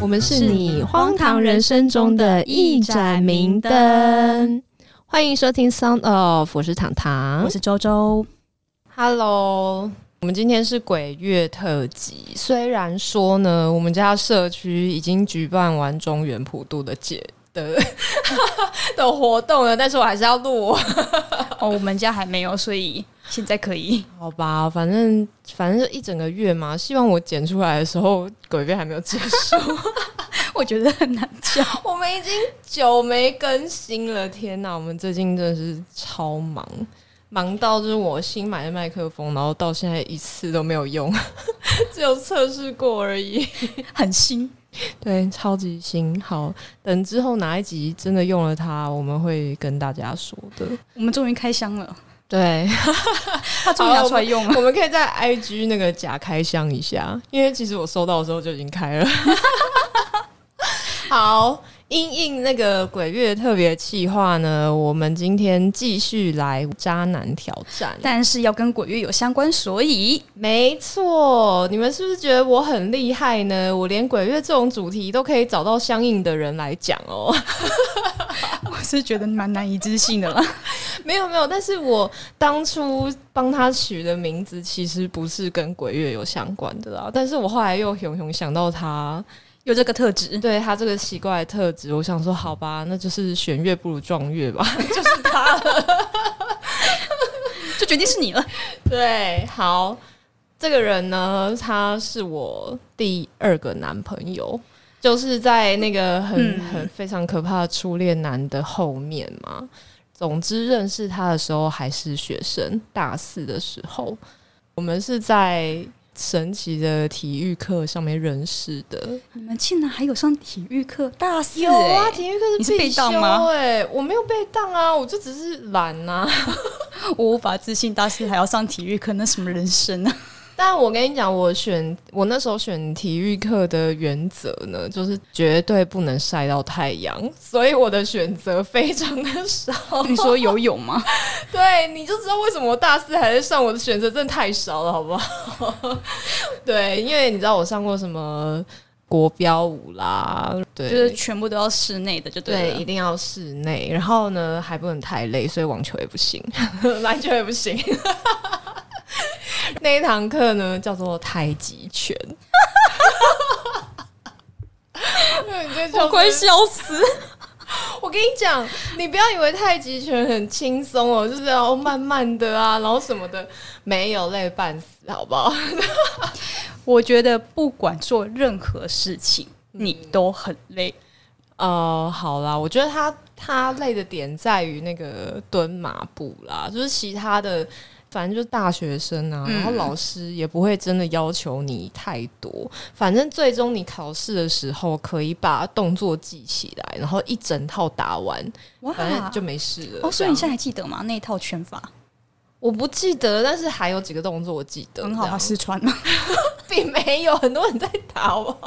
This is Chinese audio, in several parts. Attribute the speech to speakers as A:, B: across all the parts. A: 我们是你荒唐人生中的一盏明灯。欢迎收听《Sound Off》，我是糖糖，
B: 我是周周。
A: Hello，我们今天是鬼月特辑。虽然说呢，我们家社区已经举办完中原普渡的节的 的活动了，但是我还是要录我。
B: 哦，我们家还没有，所以现在可以。
A: 好吧，反正反正就一整个月嘛，希望我剪出来的时候鬼月还没有结束。
B: 我觉得很难叫。
A: 我们已经久没更新了，天哪！我们最近真的是超忙，忙到就是我新买的麦克风，然后到现在一次都没有用， 只有测试过而已。
B: 很新，
A: 对，超级新。好，等之后哪一集真的用了它，我们会跟大家说的。
B: 我们终于开箱了，
A: 对，
B: 它终于拿出来 用了。
A: 我们可以在 IG 那个假开箱一下，因为其实我收到的时候就已经开 了。好，因应那个鬼月特别企划呢，我们今天继续来渣男挑战。
B: 但是要跟鬼月有相关，所以
A: 没错，你们是不是觉得我很厉害呢？我连鬼月这种主题都可以找到相应的人来讲哦。
B: 我是觉得蛮难以置信的了。
A: 没有没有，但是我当初帮他取的名字其实不是跟鬼月有相关的啦，但是我后来又熊熊想到他。
B: 有这个特质，
A: 对他这个奇怪的特质，我想说，好吧，那就是弦乐不如撞乐吧，就是他了。
B: 就决定是你了。
A: 对，好，这个人呢，他是我第二个男朋友，就是在那个很、
B: 嗯
A: 很非常可怕的初恋男的后面嘛。总之，认识他的时候还是学生，大四的时候，我们是在神奇的体育课上面认识的。
B: 你们竟然还有上体育课，大四、
A: 有啊，
B: 欸
A: 体育课
B: 你
A: 是
B: 是
A: 必
B: 被
A: 修
B: 当吗
A: 哎、我没有被当啊，我就只是懒啊。
B: 我无法置信，大四还要上体育课，那什么人生啊？
A: 但我跟你讲，我选我那时候选体育课的原则呢，就是绝对不能晒到太阳，所以我的选择非常的少。
B: 你说游泳吗？
A: 对，你就知道为什么我大四还在上，我的选择真的太少了，好不好？ 对，因为你知道我上过什么国标舞啦，对，
B: 就是全部都要室内的，就
A: 对，
B: 了
A: 一。定要室内，然后呢还不能太累，所以网球也不行， 篮球也不行。 那一堂课呢叫做太极拳。对你这就
B: 我
A: 是
B: 快笑死！
A: 我跟你讲，你不要以为太极拳很轻松哦，就是要慢慢的啊，然后什么的，没有累半死，好不好？
B: 我觉得不管做任何事情，你都很累。
A: 呃，好啦，我觉得他他累的点在于那个蹲马步啦，就是其他的，反正就是大学生啊，
B: 嗯
A: 然后老师也不会真的要求你太多，反正最终你考试的时候可以把动作记起来，然后一整套打完，
B: 哇
A: 反正就没事了。
B: 哦，所以你
A: 这样
B: 现在还记得吗？那一套拳法
A: 我不记得，但是还有几个动作我记得，
B: 很好，
A: 这
B: 他
A: 样
B: 失传了。
A: 并没有很多人在打我。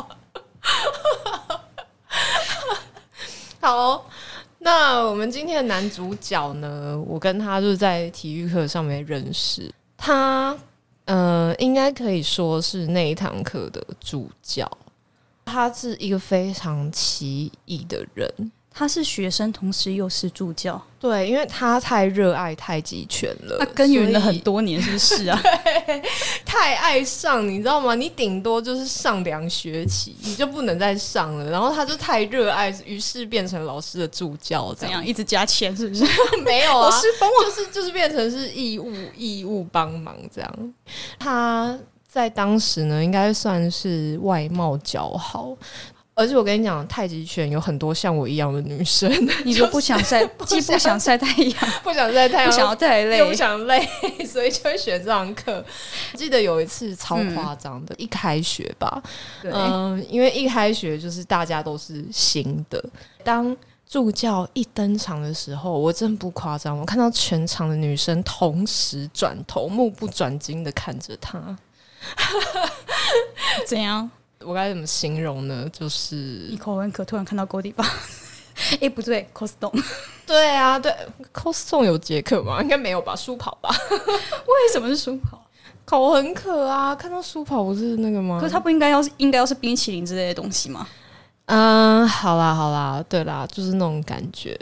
A: 好，哦那我们今天的男主角呢？我跟他就是在体育课上面认识他，呃，应该可以说是那一堂课的主角。他是一个非常奇异的人，
B: 他是学生，同时又是助教，
A: 对，因为他太热爱太极拳了，
B: 他耕耘了
A: 所以
B: 很多年，是不是啊？
A: 太爱上，你知道吗？你顶多就是上两学期，你就不能再上了。然后他就太热爱，于是变成老师的助教，这
B: 怎
A: 样
B: 样一直加钱，是不 是？
A: 没有
B: 老
A: 啊
B: 师？帮我，
A: 就是就是变成是义务义务帮忙这样。他在当时呢，应该算是外貌姣好。而且我跟你讲，太极拳有很多像我一样的女 生，
B: 你说不想晒，既不想晒太阳，
A: 不想晒太阳，
B: 不想要太
A: 又不
B: 累，
A: 想累，所以就会选这堂课。记得有一次超
B: 嗯
A: 夸张的，一开学吧，
B: 对，
A: 嗯，因为一开学就是大家都是新的，当助教一登场的时候，我真不夸张，我看到全场的女生同时转头，目不转睛的看着他。
B: 怎样？
A: 我该怎么形容呢？就是
B: 一口很渴，突然看到狗地 方。哎，不对，coston，
A: 对啊，对 c o s 有杰克吗？应该没有吧，书跑吧，
B: 为什么是书跑？
A: 口很渴啊，看到书跑不是那个吗？
B: 可是它不应该要是应该要是冰淇淋之类的东西吗？
A: 嗯，好啦好啦，对啦，就是那种感觉。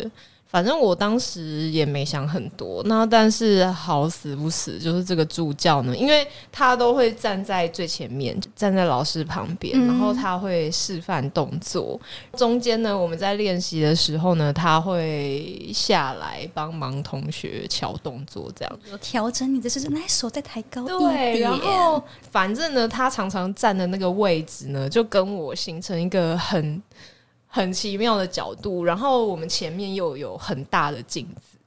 A: 反正我当时也没想很多，那但是好死不死，就是这个助教呢，因为他都会站在最前面，站在老师旁边，
B: 嗯
A: 然后他会示范动作。中间呢，我们在练习的时候呢，他会下来帮忙同学瞧动作，这样。
B: 有调整你的姿势，来手再抬高一
A: 对，
B: 点。
A: 然后反正呢，他常常站的那个位置呢，就跟我形成一个很很奇妙的角度，然后我们前面又有很大的镜子。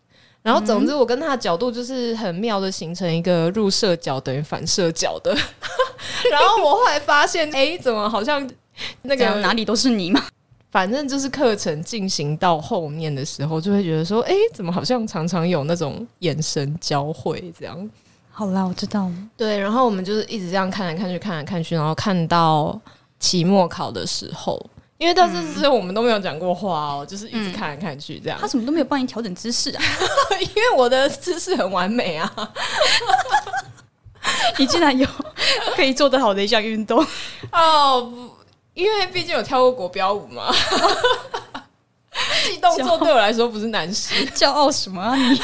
A: 然后，总之，我跟他的角度就是很妙的形成一个入射角等于反射角的。 然后我后来发现，哎，怎么好像那
B: 这
A: 个
B: 样哪里都是你嘛。
A: 反正就是课程进行到后面的时候，就会觉得说，哎，怎么好像常常有那种眼神交汇这样。
B: 好啦，我知道了。
A: 对，然后我们就是一直这样看来看去，看来看去，然后看到期末考的时候，因为到这之前我们都没有讲过话哦，就是一直看来看去这样
B: 他，怎么都没有帮你调整姿势啊？
A: 因为我的姿势很完美啊，
B: 你竟然有可以做得好的一项运动，
A: 哦，不因为毕竟有跳过国标舞 嘛，记动作对我来说不是难事。
B: 骄傲什么啊你？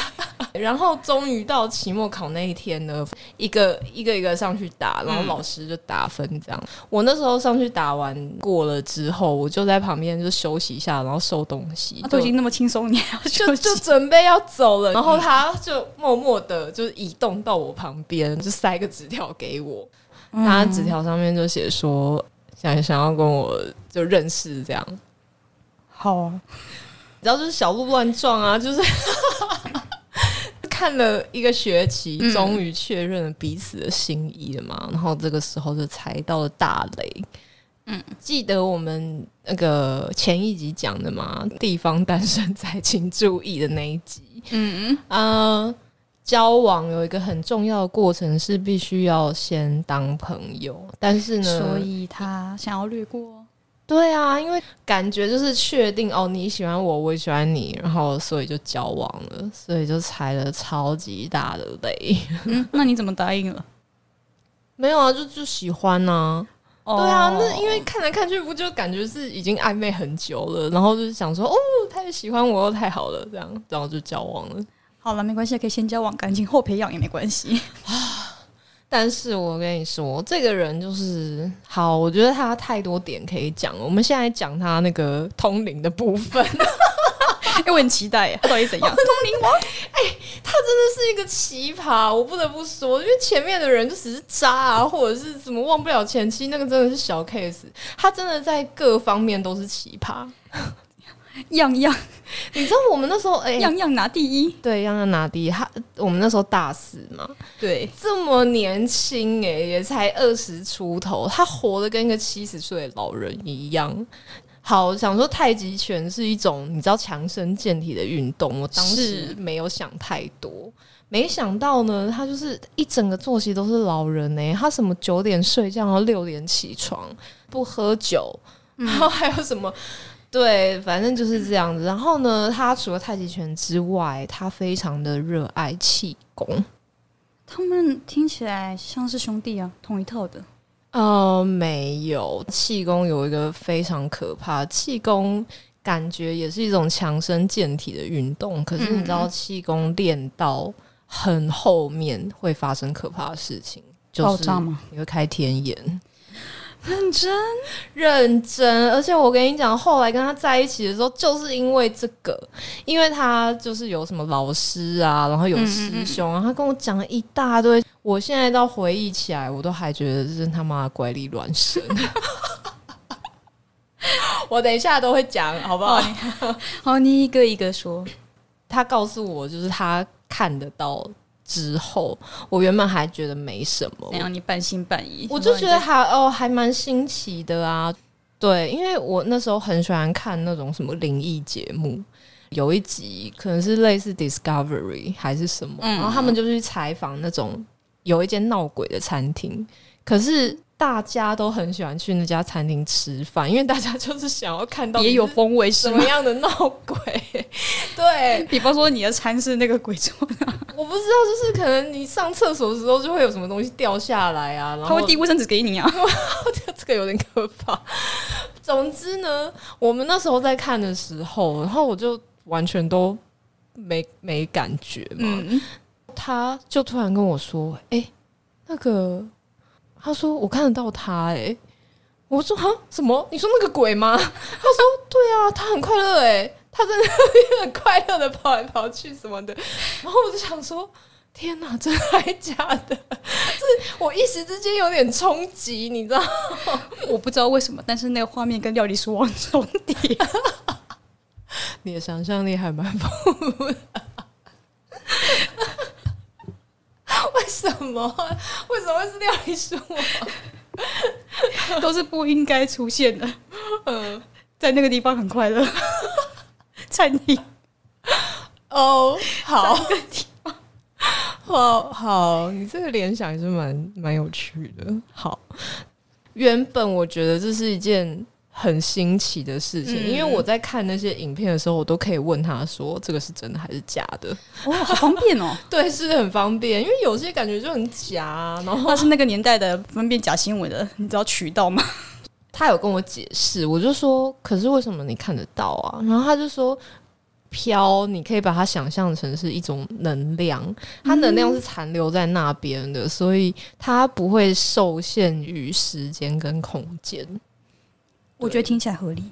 A: 然后终于到期末考那一天呢，一个一个一个上去打，然后
B: 嗯
A: 老师就打分这样。我那时候上去打完过了之后，我就在旁边就休息一下，然后收东西，
B: 啊
A: 就
B: 都已经那么轻松，你还要
A: 就
B: 休息嗯
A: 就准备要走了，然后他就默默的就是移动到我旁边，就塞个纸条给我。
B: 嗯
A: 他纸条上面就写说想想要跟我就认识这样，
B: 好啊，
A: 你知道就是小鹿乱撞啊， 就是看了一个学期，终于确认了彼此的心意了嘛。然后这个时候就踩到了大雷。嗯，记得我们那个前一集讲的嘛，地方单身仔请注意的那一集。
B: 嗯嗯，
A: 呃，交往有一个很重要的过程是必须要先当朋友，但是呢，
B: 所以他想要略过。
A: 对啊，因为感觉就是确定哦，你喜欢我，我也喜欢你，然后所以就交往了，所以就踩了超级大的雷。
B: 嗯，那你怎么答应 了？
A: 没有啊，就就喜欢啊。
B: 哦
A: 对啊，那因为看来看去，不就感觉是已经暧昧很久了，然后就是想说，哦，他也喜欢我，太好了，这样，然后就交往了。
B: 好了，没关系，可以先交往感情，后培养也没关 系。
A: 但是我跟你说，这个人就是好，我觉得他太多点可以讲了。我们现在讲他那个通灵的部分，
B: 哎、我很期待耶，他到底 怎样？
A: 他真的是一个奇葩，我不得不说，因为前面的人就只是渣啊，或者是什么忘不了前妻，那个真的是小 case。他真的在各方面都是奇葩。
B: 样样
A: 你知道我们那时候哎、
B: 样样拿第一，
A: 对，让他拿第一。他我们那时候大四嘛，
B: 对，
A: 这么年轻哎、也才二十出头，他活得跟一个七十岁的老人一样。好，想说太极拳是一种你知道强身健体的运动，我当时
B: 是
A: 没有想太多，没想到呢，他就是一整个作息都是老人呢、他什么九点睡觉，然后六点起床，不喝酒，然后还有什么？对，反正就是这样子。然后呢，他除了太极拳之外，他非常的热爱气功。
B: 他们听起来像是兄弟啊，同一套的。
A: 呃，没有，气功有一个非常可怕，气功感觉也是一种强身健体的运动，可是你知道，气功练到很后面会发生可怕的事情，就
B: 爆
A: 是
B: 炸吗
A: 你会开天眼。
B: 认真，
A: 认真，而且我跟你讲，后来跟他在一起的时候，就是因为这个，因为他就是有什么老师啊，然后有师
B: 嗯
A: 兄啊，他跟我讲了一大堆，我现在到回忆起来，我都还觉得真他妈的怪力乱神。 我等一下都会讲，好不
B: 哦
A: 好？
B: 好，你一个一个说。
A: 他告诉我，就是他看得到之后，我原本还觉得没什么，
B: 怎样？你半信半疑？
A: 我就觉得
B: 然后
A: 还哦，还蛮新奇的啊。对，因为我那时候很喜欢看那种什么灵异节目，有一集可能是类似 Discovery 还是什么，
B: 嗯
A: 然后他们就去采访那种有一间闹鬼的餐厅，可是大家都很喜欢去那家餐厅吃饭，因为大家就是想要看
B: 你
A: 到
B: 在也有风味
A: 什
B: 是吗
A: 么？样的闹鬼。对，
B: 比方说你的餐是那个鬼桌，
A: 我不知道，就是可能你上厕所的时候就会有什么东西掉下来啊，然
B: 他
A: 后
B: 会递卫生纸给你啊。
A: 这个有点可怕。总之呢，我们那时候在看的时候，然后我就完全都没没感觉嘛。
B: 嗯，
A: 他就突然跟我说：“哎、那个，他说我看得到他、欸。”哎，我说：“哈，什么？你说那个鬼吗？” 他说：“对啊，他很快乐。”哎，他在那边很快乐的跑来跑去什么的。然后我就想说。天哪，真的还假的？这我一时之间有点冲击，你知道吗？
B: 我不知道为什么，但是那个画面跟料理鼠王重叠。
A: 你的想象力还蛮丰富的。为什么啊？为什么会是料理书？
B: 都是不应该出现的。嗯，在那个地方很快乐， 餐厅
A: 哦，好
B: 三个地
A: 好好，你这个联想也是蛮蛮有趣的。好，原本我觉得这是一件很新奇的事情，
B: 嗯
A: 因为我在看那些影片的时候，我都可以问他说这个是真的还是假的。
B: 哦，好方便 哦。
A: 对，是很方便，因为有些感觉就很假啊、然后
B: 那是那个年代的分辨假新闻的，你知道渠道吗？
A: 他有跟我解释，我就说，可是为什么你看得到啊？然后他就说，飘，你可以把它想象成是一种能量，它能量是残留在那边的，所以它不会受限于时间跟空间。
B: 我觉得听起来合理。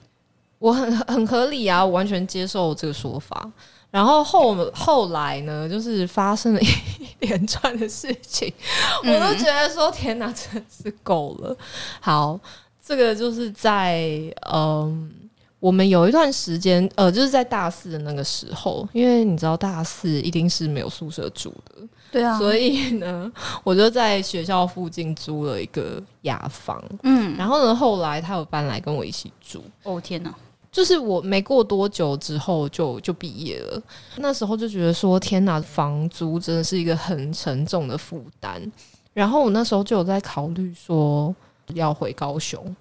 A: 我很很合理啊，我完全接受这个说法。然后后后来呢，就是发生了一一连串的事情， 我都觉得说天哪，真的是够了。好，这个就是在嗯。我们有一段时间，呃，就是在大四的那个时候，因为你知道大四一定是没有宿舍住的，
B: 对啊
A: 所以呢，我就在学校附近租了一个雅房。
B: 嗯，
A: 然后呢，后来他有搬来跟我一起住，
B: 哦天哪，
A: 就是我没过多久之后就就毕业了，那时候就觉得说天哪，房租真的是一个很沉重的负担。然后我那时候就有在考虑说要回高雄，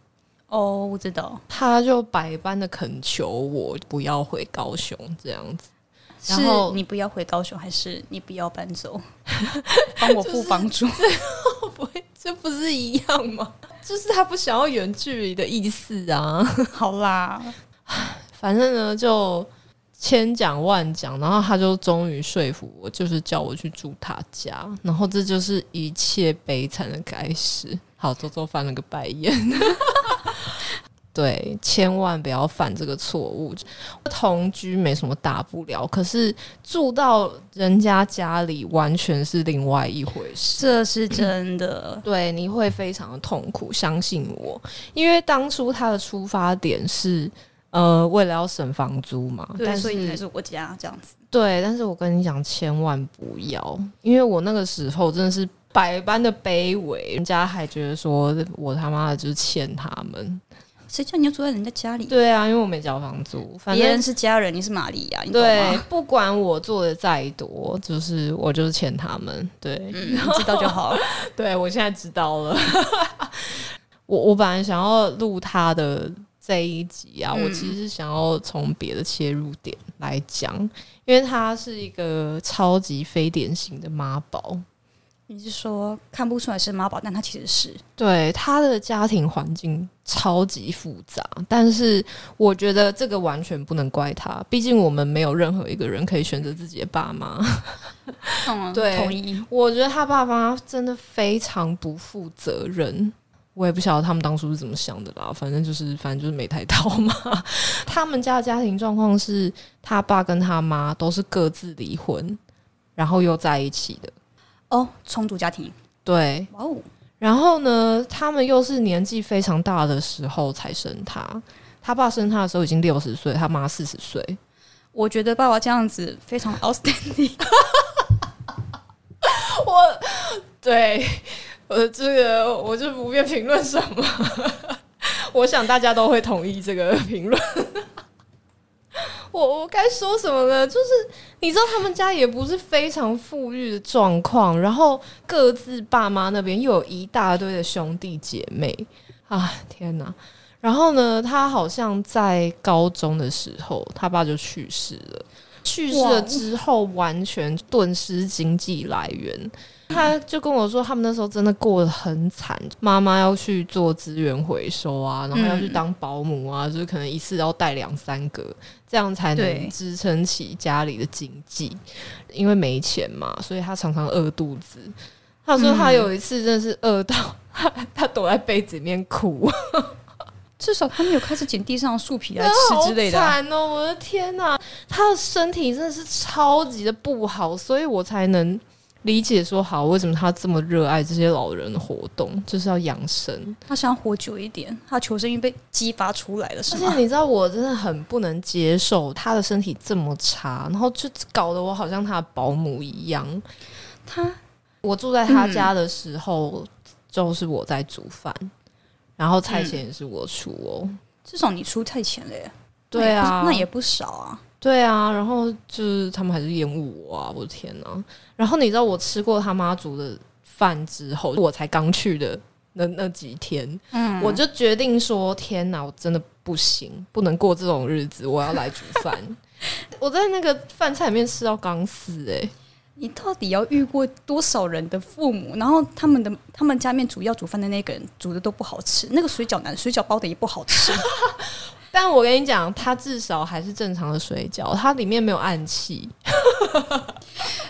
B: 哦，我知道，
A: 他就百般的恳求我不要回高雄这样子。
B: 是
A: 然后
B: 你不要回高雄，还是你不要搬走， 帮我付房租？
A: 不会，这不是一样吗？就是他不想要远距离的意思啊。
B: 好啦，
A: 反正呢，就千讲万讲，然后他就终于说服我，就是叫我去住他家，然后这就是一切悲惨的开始。好，周周翻了个白眼。 对，千万不要犯这个错误。同居没什么大不了，可是住到人家家里完全是另外一回事。
B: 这是真的。
A: 对，你会非常的痛苦，相信我，因为当初他的出发点是。呃，为了要省房租嘛，
B: 对，
A: 但
B: 所以你才
A: 是
B: 是我家这样子。
A: 对，但是我跟你讲，千万不要，因为我那个时候真的是百般的卑微，人家还觉得说我他妈的就是欠他们。
B: 谁叫你要住在人家家里？
A: 对啊，因为我没交房租，反
B: 别
A: 正
B: 人是家人，你是玛利亚，你懂
A: 对
B: 吗？，
A: 不管我做的再多，就是我就是欠他们。对，
B: 嗯，你知道就 好。
A: 对，我现在知道 了。我我本来想要录他的这一集啊，
B: 嗯
A: 我其实是想要从别的切入点来讲，因为他是一个超级非典型的妈宝。
B: 你是说看不出来是妈宝，但他其实是
A: 对他的家庭环境超级复杂，但是我觉得这个完全不能怪他，毕竟我们没有任何一个人可以选择自己的爸妈。
B: 嗯，
A: 对
B: 同意。
A: 我觉得他爸妈真的非常不负责任。我也不晓得他们当初是怎么想的啦，反正就是反正就是没太到嘛。 他们家的家庭状况是，他爸跟他妈都是各自离婚，然后又在一起的。
B: 哦，重组家庭，
A: 对，
B: 哇哦，
A: 然后呢，他们又是年纪非常大的时候才生他。他爸生他的时候已经六十岁，他妈四十岁。
B: 我觉得爸爸这样子非常 outstanding，
A: 我 对呃，这个我就不便评论什么。 我想大家都会同意这个评论。 我我该说什么呢？就是你知道他们家也不是非常富裕的状况，然后各自爸妈那边又有一大堆的兄弟姐妹啊，天哪！然后呢，他好像在高中的时候，他爸就去世了。去世
B: 哇
A: 了之后，完全顿失经济来源，他就跟我说，他们那时候真的过得很惨，妈妈要去做资源回收啊，然后要去当保姆啊，就是可能一次要带两三个，这样才
B: 对
A: 能支撑起家里的经济。因为没钱嘛，所以他常常饿肚子。他说他有一次真的是饿到、 他他躲在被子里面哭，
B: 至少他们有开始捡地上的树皮来
A: 好
B: 吃之类的啊、
A: 惨哦！我的天哪、他的身体真的是超级的不好，所以我才能理解说，好，为什么他这么热爱这些老人的活动，就是要养生。
B: 他想活久一点，他求生欲被激发出来了，是
A: 而
B: 吗
A: 且？你知道，我真的很不能接受他的身体这么差，然后就搞得我好像他的保姆一样。
B: 他
A: 我住在他家的时候，就是我在煮饭，然后菜钱也是我出哦。
B: 至少你出太前了耶，
A: 对啊，
B: 那也不那也不少啊。
A: 对啊，然后就是他们还是厌恶我啊！我的天呐！然后你知道我吃过他妈煮的饭之后，我才刚去的那那几天，
B: 嗯，
A: 我就决定说：天哪，我真的不行，不能过这种日子，我要来煮饭。我在那个饭菜里面吃到刚死哎、
B: 你到底要遇过多少人的父母？然后他们的他们家面煮要煮饭的那个人煮的都不好吃，那个水饺男水饺包的也不好吃。
A: 但我跟你讲，它至少还是正常的水饺，它里面没有暗器。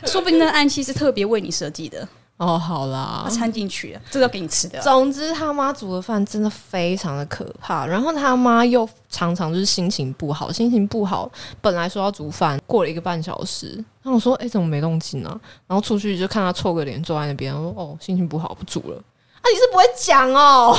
B: 说不定那个暗器是特别为你设计的，
A: 哦，好
B: 他
A: 啦，
B: 掺进去，这个要给你吃的啊、
A: 总之，他妈煮的饭真的非常的可怕。然后他妈又常常就是心情不好，心情不好，本来说要煮饭，过了一个半小时，然后我说：“哎、怎么没动静啊？”然后出去就看他臭个脸坐在那边，我说：“哦，心情不好，不煮了。”啊，你是不会讲哦，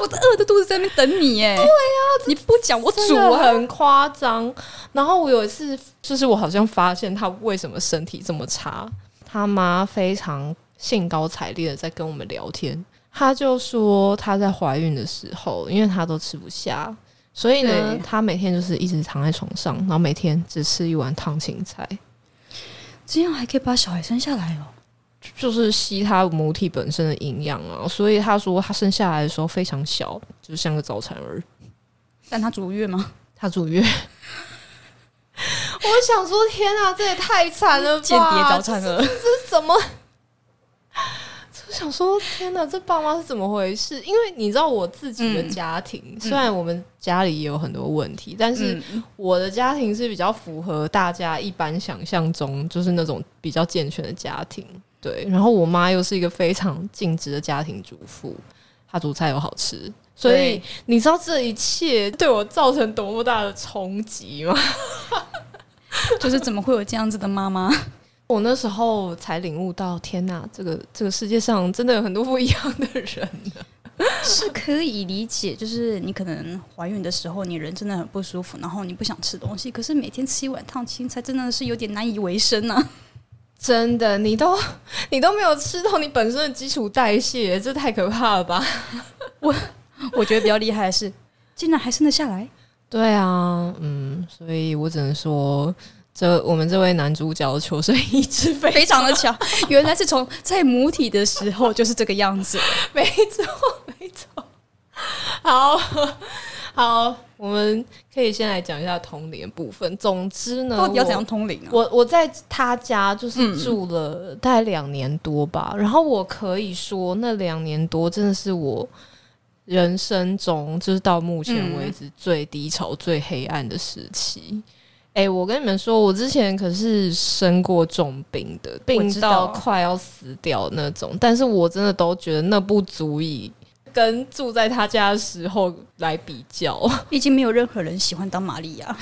B: 我的饿的肚子在那边等你 耶。对呀、啊你不讲我
A: 煮
B: 煮啊。
A: 很夸张。然后我有一次，就是我好像发现他为什么身体这么差，他妈非常兴高采烈的在跟我们聊天。她就说她在怀孕的时候，因为她都吃不下，所以呢
B: 对，
A: 她每天就是一直躺在床上，然后每天只吃一碗烫青菜，
B: 这样还可以把小孩生下来哦。
A: 就就是吸她母体本身的营养啊。所以她说她生下来的时候非常小，就像个早产儿。
B: 但他足月吗？
A: 他住院。 我想说，天啊，这也太惨了吧！
B: 间谍早产儿，
A: 这怎么？我想说，天哪，这爸妈是怎么回事？因为你知道我自己
B: 嗯
A: 的家庭，虽然我们家里也有很多问题，但是
B: 嗯，
A: 我的家庭是比较符合大家一般想象中，就是那种比较健全的家庭。对，然后我妈又是一个非常尽职的家庭主妇，她煮菜又好吃，所以
B: 对
A: 你知道这一切对我造成多么大的冲击吗？
B: 就是怎么会有这样子的妈妈？
A: 我那时候才领悟到，天哪，这个这个世界上真的有很多不一样的人。
B: 是可以理解，就是你可能怀孕的时候，你人真的很不舒服，然后你不想吃东西，可是每天吃一碗烫青菜，真的是有点难以为生啊。
A: 真的，你都你都没有吃到你本身的基础代谢，这太可怕了吧？
B: 我觉得比较厉害的是，竟然还生得下来。
A: 对啊，嗯，所以我只能说，这我们这位男主角的求生意志非
B: 非常的巧，原来是从在母体的时候就是这个样子。
A: 没错，没错。 好好，我们可以先来讲一下童年部分。总之呢，
B: 到底要怎样
A: 我？
B: 通灵
A: 哦
B: 啊？嗯
A: 我我在他家就是住了大概两年多吧，然后我可以说那两年多真的是我人生中就是到目前为止最低潮、最黑暗的时期。哎、我跟你们说，我之前可是生过重病的，病
B: 知
A: 到
B: 道
A: 快要死掉那种，但是我真的都觉得那不足以跟住在他家的时候来比较。
B: 毕竟没有任何人喜欢当玛利亚，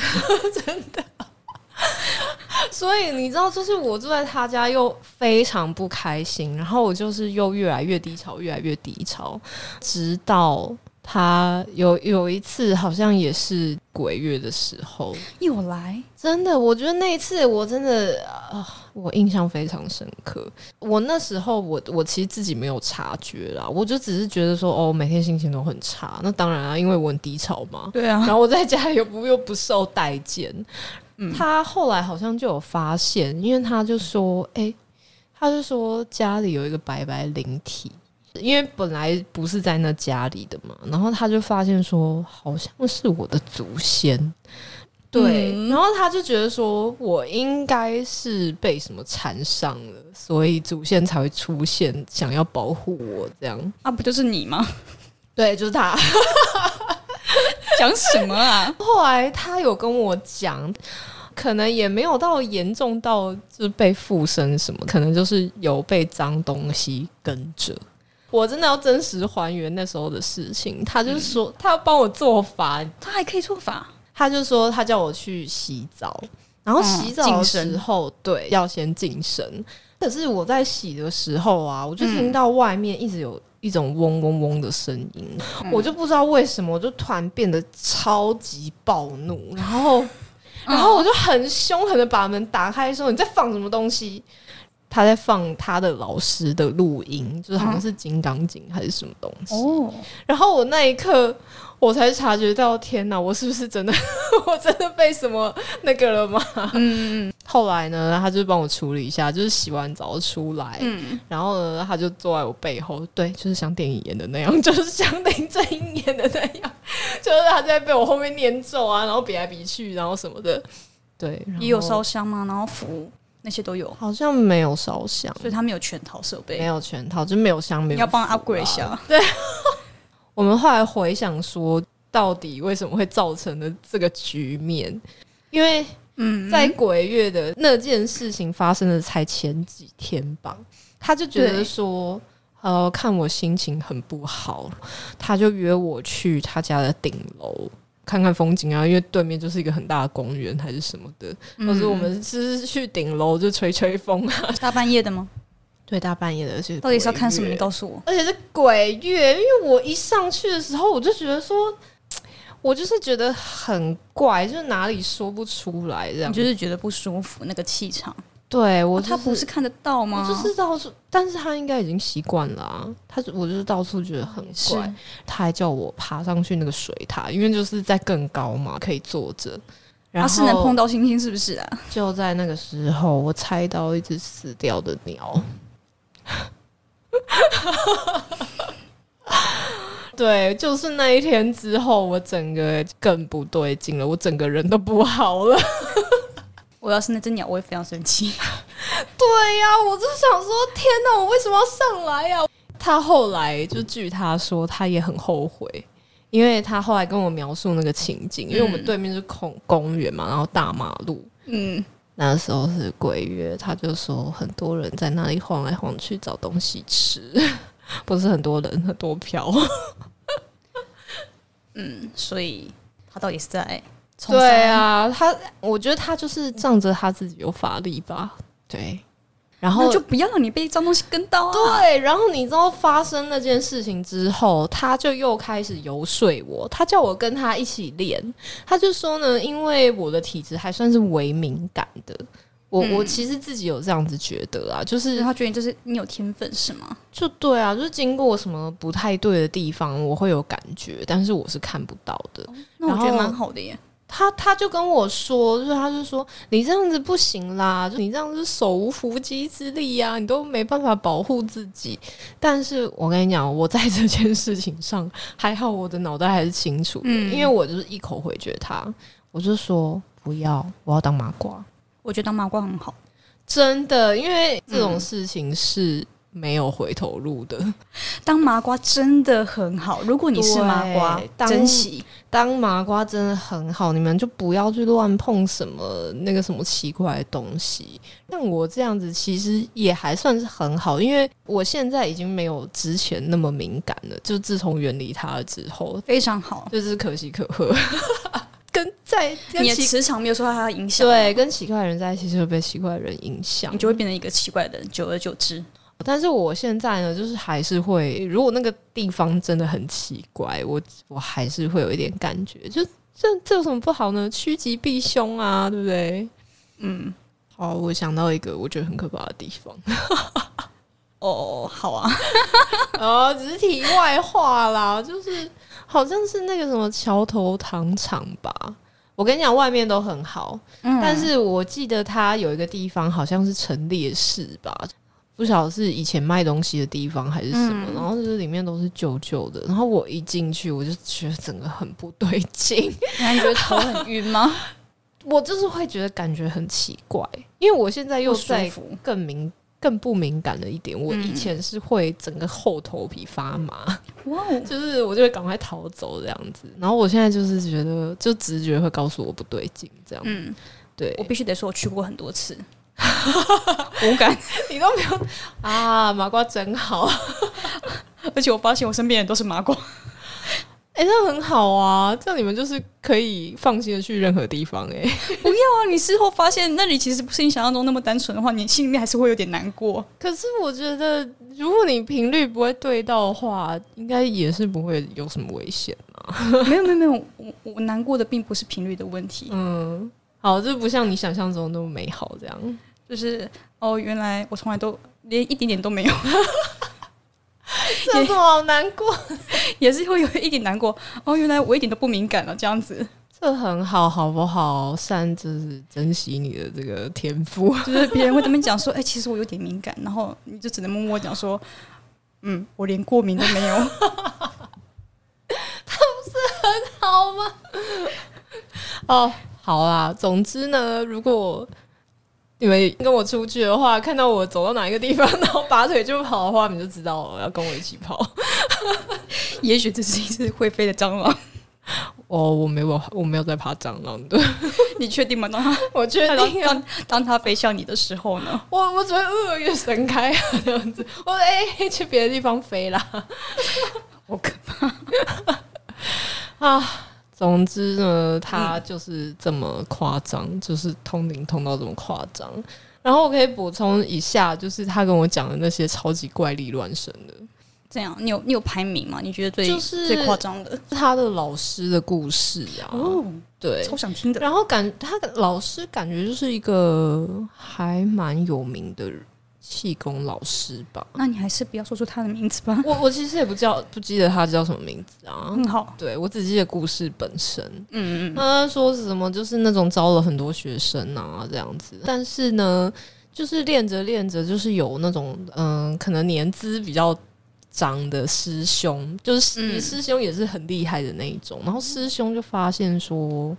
A: 所以你知道，就是我住在他家又非常不开心，然后我就是又越来越低潮，越来越低潮，直到他有有一次好像也是鬼月的时候，
B: 又来。
A: 真的，我觉得那一次我真的啊、我印象非常深刻。我那时候我我其实自己没有察觉啦，我就只是觉得说哦，每天心情都很差。那当然啊，因为我很低潮嘛，
B: 对啊
A: 然，后我在家里又不又不受待见。他后来好像就有发现，因为他就说，哎、他就说家里有一个白白灵体，因为本来不是在嗯那家里的嘛，然后他就发现说，好像是我的祖先。对，
B: 嗯
A: 然后他就觉得说，我应该是被什么缠上了，所以祖先才会出现，想要保护我这样。
B: 啊，不就是你吗？
A: 对，就是他。
B: 讲什么啊？
A: 后来他有跟我讲，可能也没有到严重到就是被附身什么，可能就是有被脏东西跟着。我真的要真实还原那时候的事情。他就说，他要帮我做法，
B: 他还可以做法，
A: 他就说他叫我去洗澡，然后洗澡的时候，对，要先净身。可是我在洗的时候啊，我就听到外面一直有一种嗡嗡嗡的声音，我就不知道为什么，我就突然变得超级暴怒，然后，然后我就很凶狠的把门打开，说：“你在放什么东西？”他在放他的老师的录音，就是好像是《金刚经》还是什么东西。
B: 哦，
A: 然后我那一刻，我才察觉到，天哪，我是不是真的， 我真的被什么那个了吗？
B: 嗯
A: 后来呢，他就帮我处理一下，就是洗完澡出来，
B: 嗯，
A: 然后呢，他就坐在我背后，对，就是像电影演的那样， 就是像林正英演的那样，就是他在被我后面念咒啊，然后比来比去，然后什么的，对，然后
B: 也有烧，香吗？然后符那些都有，
A: 好像没有烧香，
B: 所以他们有全套设
A: 没
B: 备，
A: 有全套，就没有香，没有
B: 要帮
A: 符啊
B: upgrade 一下。
A: 我们后来回想说，到底为什么会造成的这个局面？因为
B: 嗯，
A: 在鬼月的那件事情发生的才前几天吧，他就觉得说，呃，看我心情很不好，他就约我去他家的顶楼。看看风景啊，因为对面就是一个很大的公园还是什么的，或者我们是去顶楼就吹吹风啊。
B: 大半夜的吗？
A: 对，大半夜的，而且
B: 到底是要看什么？
A: 鬼
B: 你
A: 月
B: 告诉我。
A: 而且是鬼月，因为我一上去的时候，我就觉得说，我就是觉得很怪，就是哪里说不出来这样
B: 你。就是觉得不舒服，那个气场，
A: 对啊我、
B: 哦他不是，看得到
A: 我
B: 吗？
A: 就是到处，但是他应该已经习惯了、啊。他就我就是到处觉得很
B: 是啊
A: 怪，他还叫我爬上去那个水塔，因为就是在更高嘛，可以坐着。然
B: 他
A: 后
B: 啊是能碰到星星，是不是啊？
A: 就在那个时候，我猜到一只死掉的鸟。 对，就是那一天之后，我整个更不对劲了，我整个人都不好了。
B: 我要是那只鸟，我会非常生气。
A: 对呀、我就想说，天哪，我为什么要上来啊呀、他后来就据他说，他也很后悔，因为他后来跟我描述那个情景，因为我们
B: 嗯
A: 对面是公公园嘛，然后大马路，
B: 嗯，
A: 那时候是鬼月，他就说很多人在那里晃来晃去找东西吃， 不是很多人，很多 票。
B: 所以他到底是在冲
A: 嗯对
B: 山，
A: 啊，他我觉得他就是仗着他自己有法力吧。对，然后
B: 那就不要让你被脏东西跟到啊！
A: 对，然后你知道发生那件事情之后，他就又开始游说我，他叫我跟他一起练。他就说呢，因为我的体质还算是微敏感的，我、我其实自己有这样子觉得啊，就是
B: 就是他觉得你就是你有天分是吗？
A: 就对啊，就是经过什么不太对的地方，我会有感觉，但是我是看不到的。
B: 那我
A: 然
B: 觉得
A: 后
B: 蛮好的耶。
A: 他他就跟我说，就是他就说你这样子不行啦，就你这样子手无缚鸡之力呀、你都没办法保护自己。但是我跟你讲，我在这件事情上还好，我的脑袋还是清楚的，
B: 嗯
A: 因为我就是一口回绝他，我就说不要，我要当麻瓜。
B: 我觉得当麻瓜很好，
A: 真的，因为这种
B: 嗯
A: 事情是没有回头路的。
B: 当麻瓜真的很好。如果你是麻瓜
A: 对，当
B: 珍惜
A: 当麻瓜真的很好，你们就不要去乱碰什么那个什么奇怪的东西。像我这样子，其实也还算是很好，因为我现在已经没有之前那么敏感了。就自从远离他了之后，
B: 非常好。
A: 就是可喜可贺， 跟在跟
B: 你的
A: 奇
B: 磁场没有受到他的影响，
A: 对，跟奇怪的人在一起，就会被奇怪的人影响
B: 你。就会变成一个奇怪的人。久而久之，
A: 但是我现在呢，就是还是会，如果那个地方真的很奇怪，我我还是会有一点感觉，就这这有什么不好呢？趋吉避凶啊，对不对？
B: 嗯，
A: 好，我想到一个我觉得很可怕的地方，
B: 哦，好啊，
A: 哦，只是题外话啦，就是好像是那个什么桥头糖厂吧。我跟你讲，外面都很好，
B: 嗯
A: 但是我记得它有一个地方好像是陈列室吧，不晓得是以前卖东西的地方还是什么，
B: 嗯
A: 然后就是里面都是旧旧的，然后我一进去我就觉得整个很不对劲，
B: 那你觉得头很晕吗？
A: 我就是会觉得感觉很奇怪，因为我现在又
B: 不舒
A: 在
B: 服
A: 更敏更不敏感了一点。我
B: 嗯
A: 以前是会整个后头皮发麻，
B: 哇哦，
A: 就是我就会赶快逃走这样子。然后我现在就是觉得，就直觉会告诉我不对劲，这样、
B: 嗯，
A: 对
B: 我。必须得说，我去过很多 次，无感，
A: 你都没有啊，麻瓜真好，
B: 而且我发现我身边人都是麻瓜，
A: 哎、那很好啊，这样你们就是可以放心的去任何地方、哎，
B: 哇！啊你事后发现那里其实不是你想象中那么单纯的话，你心里面还是会有点难过。
A: 可是我觉得，如果你频率不会对到的话，应该也是不会有什么危险。
B: 没有没有没有，我我难过的并不是频率的问题，
A: 嗯，好，这不像你想象中那么美好，这样。
B: 就是哦，原来我从来都连一点点都没 有，
A: 这有什么好难过？
B: 也是会有一点难过。哦，原来我一点都不敏感了，这样子
A: 这很好，好不好？善就是珍惜你的这个天赋。
B: 就是别人会这么讲说，哎、其实我有点敏感，然后你就只能默默讲说，嗯，我连过敏都没有。
A: 好吗？ 哦，好啦，总之呢，如果你们跟我出去的话，看到我走到哪一个地方，然后拔腿就跑的话，你们就知道我要跟我一起跑。
B: 也许这是一只会飞的蟑螂，
A: 哦，我没有，我没有在爬蟑螂的，
B: 你确定吗？当 它
A: 我确
B: 当
A: 定啊，
B: 当当它飞向你的时候呢？
A: 我我只会呃越闪开啊这样子，我哎、去别的地方飞啦。
B: 我可
A: 啊，总之呢，他就是这么夸张，就是通灵通到这么夸张。然后我可以补充一下，就是他跟我讲的那些超级怪力乱神的，
B: 这样，你有你有排名吗？你觉得最、
A: 就是
B: 最夸张的？
A: 他的老师的故事啊，
B: 哦，
A: 对。
B: 超想听的。
A: 然后感他的老师感觉就是一个还蛮有名的气功老师吧，
B: 那你还是不要说出他的名字吧。
A: 我我其实也不叫不记得他叫什么名字啊，
B: 很好，
A: 对我只记得故事本身，
B: 嗯嗯
A: 他说是什么，就是那种招了很多学生啊，这样子。但是呢，就是练着练着，就是有那种嗯、可能年资比较长的师兄，就是师、
B: 嗯
A: 师兄也是很厉害的那一种。然后师兄就发现说，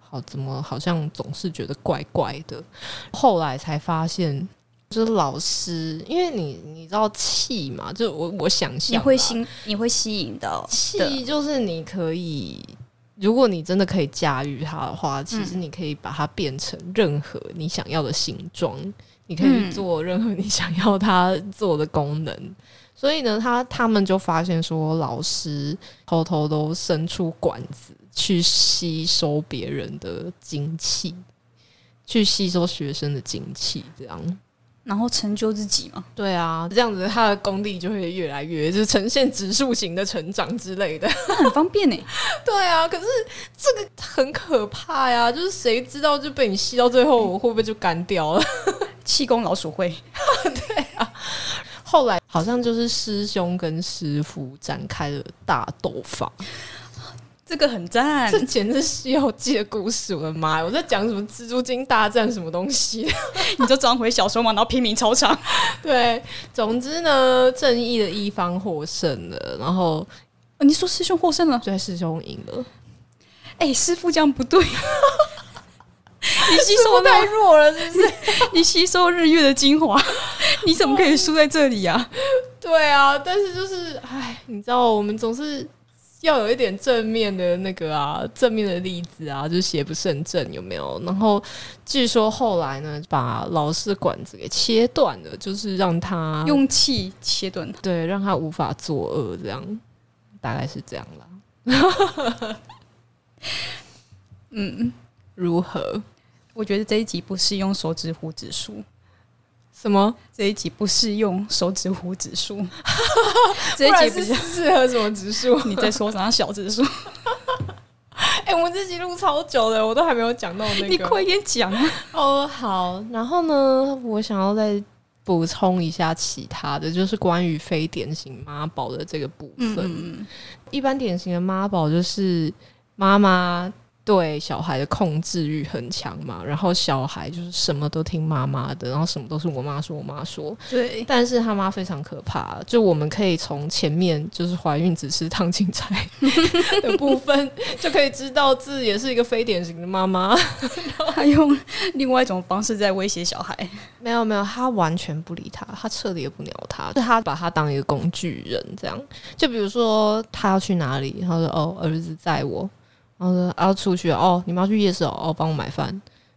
A: 好，怎么好像总是觉得怪怪的？后来才发现。就是老师，因为你你知道气嘛，就我我想
B: 你
A: 象啊
B: 会
A: 啦
B: 吸，你会吸引到的，
A: 气就是你可以，如果你真的可以驾驭它的话，其实你可以把它变成任何你想要的形状，你可以去
B: 嗯
A: 做任何你想要它做的功能。所以呢，他他们就发现说，老师偷偷都伸出管子去吸收别人的精气，去吸收学生的精气，这样。
B: 然后成就自己嘛。
A: 对啊，这样子他的功力就会越来越，就是呈现指数型的成长之类的。
B: 那很方便呢、欸
A: 对啊，可是这个很可怕呀、就是谁知道就被你吸到最后，我会不会就干掉了？
B: 气功老鼠会，
A: 后来好像就是师兄跟师傅展开了大斗法，
B: 这个很赞
A: 这。简直是《西游记》的故事！我的妈呀，我在讲什么蜘蛛精大战什么东西？
B: 你就装回小说嘛，然后拼命超长。
A: 对，总之呢，正义的一方获胜了，然后
B: 你说师兄获胜了？
A: 对师兄赢了，
B: 哎、师傅这样不 对。你吸
A: 师
B: 收
A: 傅
B: 那
A: 太弱了，是不是？
B: 你吸收日月的精华，你怎么可以输在这里啊？
A: 对啊，但是就是，哎，你知道，我们总是要有一点正面的那个啊，正面的例子啊，就是邪不胜正，有没有？然后据说后来呢，把老师管子给切断了，就是让他
B: 用气切断它，
A: 对，让他无法作恶，这样大概是这样啦。
B: 嗯，
A: 如何？
B: 我觉得这一集不适用手指胡指数，
A: 什么？
B: 这一集不适用手指胡指 数，这
A: 不
B: 一
A: 然
B: 集
A: 是
B: 不是
A: 适合什么指数？
B: 你在说啥小指数？
A: 哎、我们这集录超久的，我都还没有讲到那个。
B: 你快点讲啊！
A: 哦，好，然后呢，我想要再补充一下其他的，就是关于非典型妈宝
B: 嗯
A: 的这个部分。
B: 嗯嗯嗯，
A: 一般典型的妈宝就是妈妈对小孩的控制欲很强嘛，然后小孩就是什么都听妈妈的，然后什么都是我妈说我妈说，
B: 对，
A: 但是他妈非常可怕，就我们可以从前面就是怀孕只是烫青菜的部分就可以知道，自己也是一个非典型的妈妈。
B: 他用另外一种方式在威胁小孩。
A: 没有没有，他完全不理他，他彻底也不鸟他，就他把他当一个工具人这样。就比如说他要去哪里，他说哦儿子载我，然后说啊要出去哦，你们要去夜市哦，哦帮我买饭，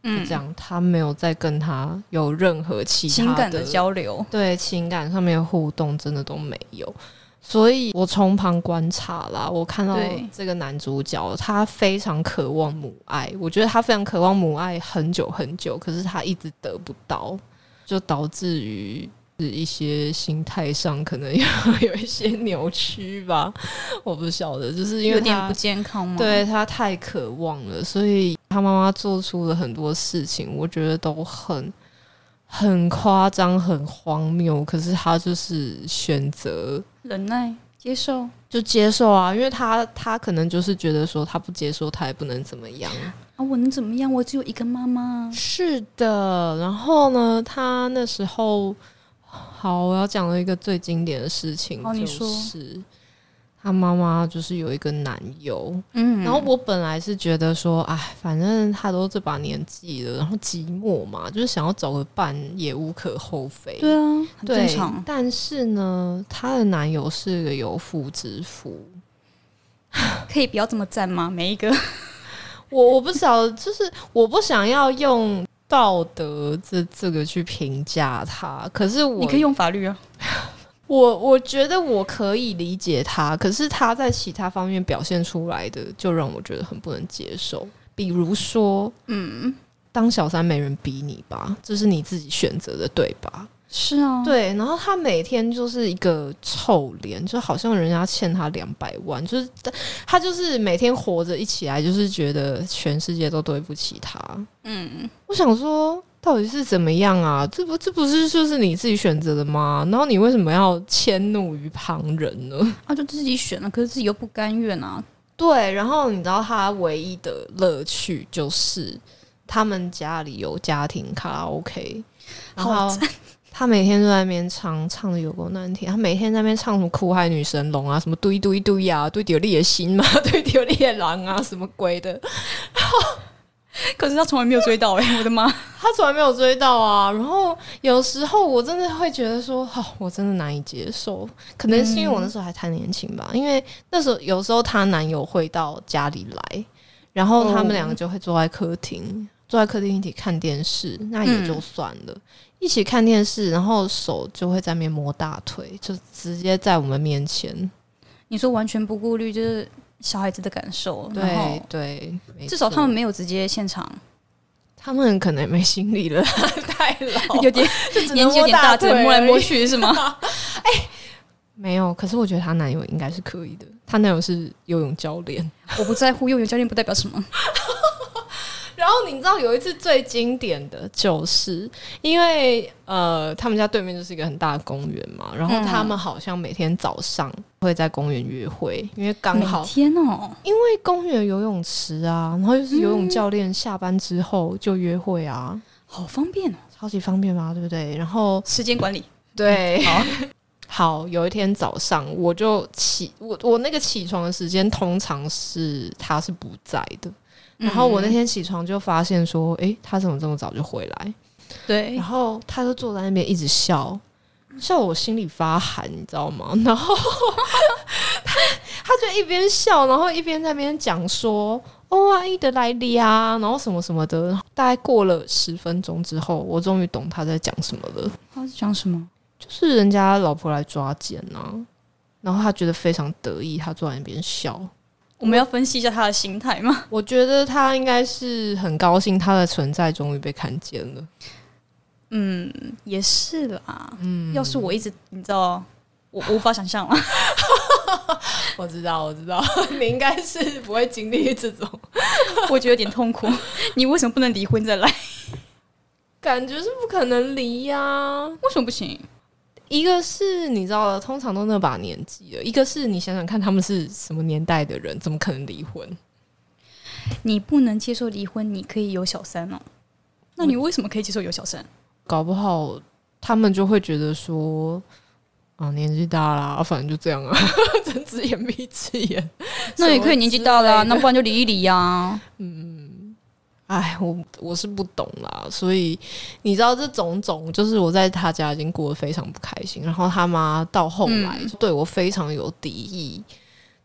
A: 就
B: 嗯，
A: 这样，他没有再跟他有任何其他
B: 情感
A: 的
B: 的交流，
A: 对情感上面的互动真的都没有。所以我从旁观察啦，我看到
B: 对
A: 这个男主角，他非常渴望母爱，我觉得他非常渴望母爱很久很久，可是他一直得不到，就导致于是一些心态上可能有 有一些扭曲吧，我不晓得，就是因为
B: 有点
A: 他
B: 不健康吗？
A: 对他太渴望了，所以他妈妈做出了很多事情，我觉得都很很夸张、很荒谬。可是他就是选择
B: 忍耐、接受
A: 就接受啊，因为他他可能就是觉得说他不接受，他也不能怎么样。
B: 啊，我能怎么样？我只有一个妈妈。
A: 是的，然后呢，他那时候好，我要讲了一个最经典的事情，
B: 好你
A: 就
B: 说
A: 是他妈妈就是有一个男友，
B: 嗯，
A: 然后我本来是觉得说，哎，反正他都这把年纪了，然后寂寞嘛，就是想要找个伴也无可厚非。
B: 对啊，很
A: 对
B: 正常。
A: 但是呢，她的男友是个有妇之夫。
B: 可以不要这么赞吗？每一个
A: 我我不晓得，就是我不想要用道德这这个去评价他，可是我
B: 你可以用法律啊。
A: 我我觉得我可以理解他，可是他在其他方面表现出来的，就让我觉得很不能接受。比如说，嗯，当小三没人逼你吧，这是你自己选择的，对吧？
B: 是啊，
A: 对，然后他每天就是一个臭脸，就好像人家欠他两百万，就是他他就是每天活着一起来，就是觉得全世界都对不起他。
B: 嗯，
A: 我想说，到底是怎么样啊？这不这不是就是你自己选择的吗？然后你为什么要迁怒于旁人呢？
B: 啊，就自己选了，可是自己又不甘愿啊。
A: 对，然后你知道他唯一的乐趣就是他们家里有家庭卡拉 OK，然
B: 好
A: 后他每天都在那边唱，唱的有够难听。他每天在那边唱什么苦海女神龙啊，什么堆堆堆啊，堆丢你的心嘛， 堆丢你的狼啊，什么鬼的。
B: 可是他从来没有追到哎、我的妈！
A: 他从来没有追到啊。然后有时候我真的会觉得说，哦，我真的难以接受。可能是因为我那时候还太年轻吧，因为那时候有时候她男友会到家里来，然后他们两个就会坐在客厅，坐在客厅一起看电视，那也就算了。一起看电视，然后手就会在面摸大腿，就直接在我们面前。
B: 你说完全不顾虑就是小孩子的感受，然
A: 对
B: 后
A: 对，没
B: 至少
A: 错
B: 他们没有直接现场，
A: 他们可能也没心理了， 太 老，
B: 有点
A: 就只能
B: 年纪有点哦大，只
A: 腿
B: 能摸来摸
A: 而已
B: 去是 吗？
A: 没有，可是我觉得她男友应该是可以的。她男友是游泳教练。
B: 我不在乎，幼儿园教练不代表什么。
A: 然后你知道有一次最经典的就是，因为呃，他们家对面就是一个很大的公园嘛，然后
B: 嗯
A: 他们好像每天早上会在公园约会，因为刚
B: 每
A: 好
B: 天哦，
A: 因为公园游泳池啊，然后又是游泳教练下班之后就约会啊，
B: 好方便哦，
A: 超级方便嘛，对不对？然后
B: 时间管理。
A: 对， 好，有一天早上我就起，我我那个起床的时间通常是他是不在的，然后我那天起床就发现说，诶，他怎么这么早就回来？
B: 对
A: 然，后他就坐在那边一直笑，笑我心里发寒，你知道吗？ 然后他他就一边笑，然后一边在那边讲说：“哦，阿姨的来历啊，然后什么什么的。”大概过了十分钟之后，我终于懂他在讲什么了。
B: 他是讲什么？
A: 就是人家老婆来抓奸呐、然后他觉得非常得意，他坐在那边笑。
B: 我们要分析一下他的心态吗？
A: 我觉得他应该是很高兴他的存在终于被看见了。
B: 嗯，也是啦。嗯，要是我一直，你知道，我我无法想象啊。
A: 我知道，我知道， 你应该是不会经历这种
B: 我觉得有点痛苦。你为什么不能离婚再来？
A: 感觉，是不可能离呀、
B: 为什么不行？
A: 一个是你知道的，通常都那把年纪了；一个是你想想看，他们是什么年代的人，怎么可能离婚？
B: 你不能接受离婚，你可以有小三哦。那你为什么可以接受有小三？
A: 搞不好他们就会觉得说，啊，年纪大啦、啊反正就这样啊， 睁只眼闭只眼。
B: 那也可以年纪大了、
A: 啦，
B: 那不然就离一离呀、啊。
A: 哎，我我是不懂啦，所以你知道这种种，就是我在他家已经过得非常不开心，然后他妈到后来
B: 嗯
A: 对我非常有敌意。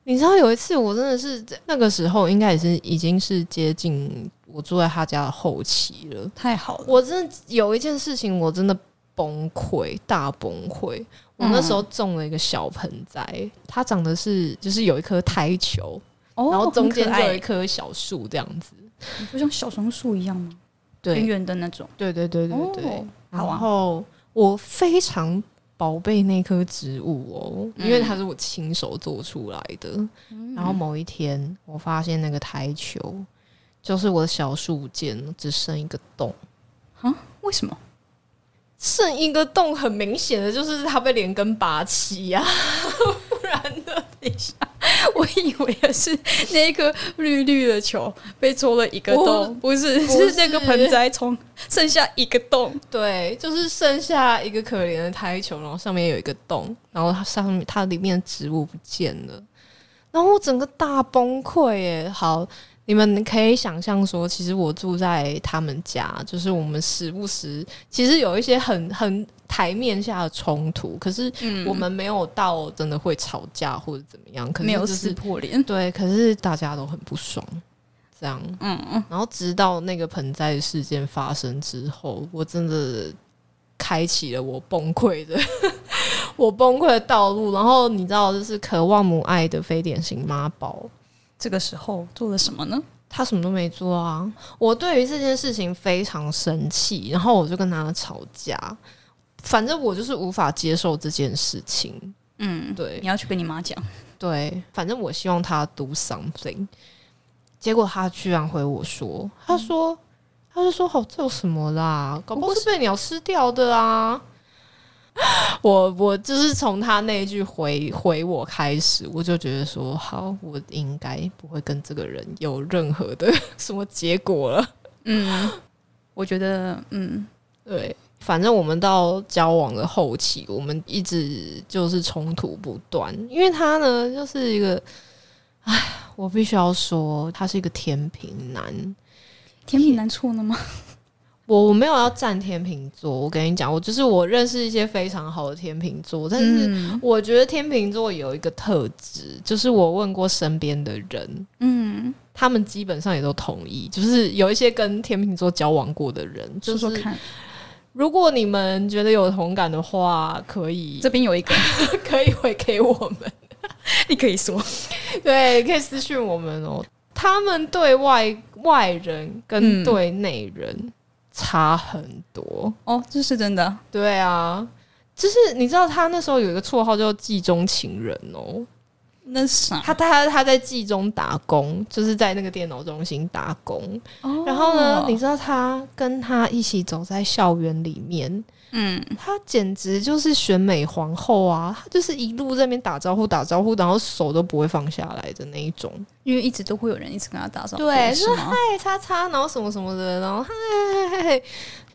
A: 你知道有一次我真的是那个时候，应该也是已经是接近我住在他家的后期了。
B: 太好了，
A: 我真的有一件事情，我真的崩溃，大崩溃。我那时
B: 嗯
A: 候种了一个小盆栽，它长的是就是有一颗胎球，
B: 哦，
A: 然后中间就
B: 很可
A: 有一
B: 爱
A: 棵小树这样子。
B: 就像小松树一样吗？圆
A: 对
B: 圆的那种。
A: 对对对对对。
B: 哦，好
A: 然
B: 啊，
A: 后我非常宝贝那棵植物哦，
B: 嗯
A: 因为它是我亲手做出来的。然后某一天，我发现那个台球就是我的小树间只剩一个洞，
B: 为什么？
A: 剩一个洞，很明显的就是它被连根拔起呀、 不然的。
B: 我以为是那颗绿绿的球被戳了一个洞，不是，
A: 不是
B: 是那个盆栽从剩下一个洞。
A: 对，就是剩下一个可怜的台球，然后上面有一个洞，然后它上面它里面的植物不见了，然后我整个大崩溃耶！好，你们可以想象说，其实我住在他们家，就是我们时不时其实有一些很很台面下的冲突，可是
B: 嗯
A: 我们没有到真的会吵架或者怎么样，可是
B: 没有
A: 就
B: 撕
A: 是
B: 破 脸。
A: 对，可是大家都很不爽，这样。
B: 嗯，
A: 然后直到那个盆栽事件发生之后，我真的开启了我崩溃的 我崩溃的道路。然后你知道，就是渴望母爱的非典型妈宝，
B: 这个时候做了什么呢？
A: 他什么都没做啊。我对于这件事情非常生气，然后我就跟他吵架。反正我就是无法接受这件事情，
B: 嗯，
A: 对
B: 你要去跟你妈讲。
A: 对，反正我希望他 do something。结果他居然回我说，他说，他就说，哦，这有什么啦？搞不好是被鸟吃掉的啊！ 我我就是从他那一句回回我开始，我就觉得说，好，我应该不会跟这个人有任何的 什么结果了。
B: 嗯，我觉得，嗯，
A: 对，反正我们到交往的后期，我们一直就是冲突不断，因为他呢就是一个，唉，我必须要说，他是一个天平男。
B: 甜品难错了吗？
A: 我我没有要站天秤座，我跟你讲，我就是我认识一些非常好的天秤座，但是
B: 嗯
A: 我觉得天秤座有一个特质，就是我问过身边的人，
B: 嗯，
A: 他们基本上也都同意，就是有一些跟天秤座交往过的人，就
B: 说
A: 是
B: 说看，
A: 如果你们觉得有同感的话，可以
B: 这边有一个，
A: 可以回给我们，
B: 你可以说。
A: 对，可以私讯我们哦。他们对外外人跟
B: 嗯
A: 对内人差很多，
B: 哦，这是真的。
A: 对啊，就是你知道他那时候有一个绰号叫“冀中情人”哦，
B: 那啥，
A: 他他他在冀中打工，就是在那个电脑中心打工。
B: 哦
A: 然后呢，你知道他跟他一起走在校园里面，
B: 嗯，
A: 她简直就是选美皇后啊！她就是一路在那边打招呼、打招呼，然后手都不会放下来的那一种。
B: 因为一直都会有人一直跟他打招呼，
A: 对
B: 是吗？
A: 嗨，叉叉，然后什么什么的，然后嗨嗨嗨，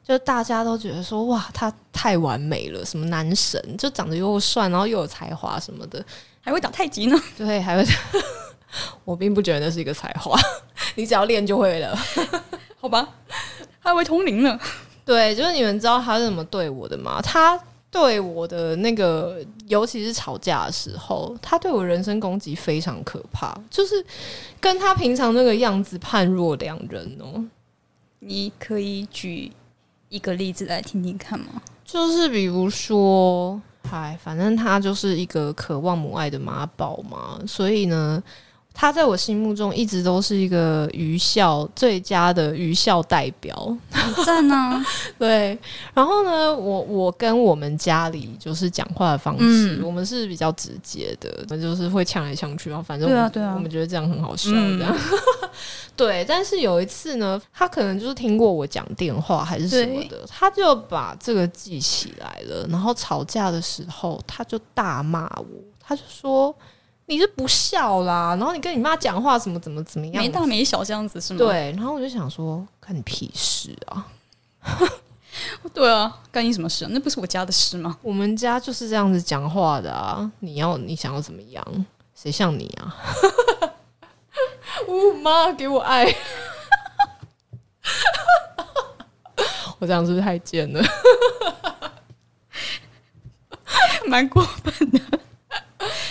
A: 就大家都觉得说哇，她太完美了，什么男神，就长得又帅，然后又有才华什么的。
B: 还会打太极呢。
A: 对，还有， 我并不觉得那是一个才华， 你只要练就会了。
B: 好吧，还会通灵呢。
A: 对，就是你们知道他是怎么对我的吗？他对我的那个，尤其是吵架的时候，他对我人身攻击非常可怕，就是跟他平常那个样子判若两人哦。
B: 你可以举一个例子来听听看吗？
A: 就是比如说，嗨，反正他就是一个渴望母爱的妈宝嘛，所以呢，他在我心目中一直都是一个愚孝最佳的愚孝代表。
B: 很赞 啊！
A: 对，然后呢，我我跟我们家里就是讲话的方式，
B: 嗯
A: 我们是比较直接的，我们就是会呛来呛去，然后反正我
B: 对啊
A: 们
B: 对啊
A: 我们觉得这样很好笑，
B: 嗯
A: 这样。 对，但是有一次呢，他可能就是听过我讲电话还是什么的，他就把这个记起来了，然后吵架的时候他就大骂我，他就说。你是不孝啦，然后你跟你妈讲话怎么怎么怎么样，
B: 没大没小这样子是吗？
A: 对，然后我就想说，看你屁事啊！
B: 对啊，干你什么事啊？那不是我家的事吗？
A: 我们家就是这样子讲话的啊！你要你想要怎么样？谁像你啊？ 呜、妈，给我爱！ 我这样是不是太贱了？
B: 蛮过分的，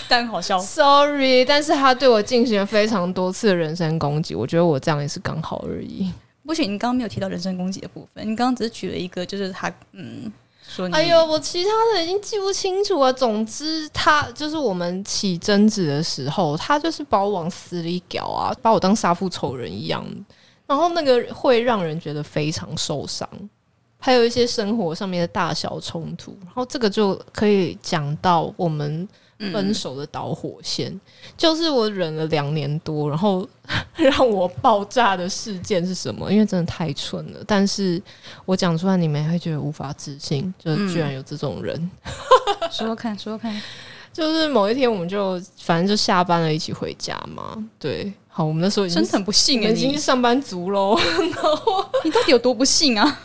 B: 但很好笑。
A: Sorry，但是他对我进行了非常多次的人身攻击，我觉得我这样也是刚好而已。
B: 不行，你刚刚没有提到人身攻击的部分，你刚刚只是举了一个，就是他嗯说你，
A: 哎呦，我其他的已经记不清楚了。总之，他就是我们起争执的时候，他就是把我往死里搞啊，把我当杀父仇人一样。然后那个会让人觉得非常受伤，还有一些生活上面的大小冲突。然后这个就可以讲到我们分手的导火线，就是我忍了两年多，然后 让我爆炸的事件是什么？因为真的太蠢了，但是我讲出来，你们也会觉得无法置信，就是居然有这种人。
B: 说说看，说说看，
A: 就是某一天，我们就反正就下班了，一起回家嘛。对，好，我们那时候已经
B: 真的很不
A: 我
B: 幸啊！
A: 们已经
B: 你
A: 是上班族喽。
B: 你到底有多不幸啊？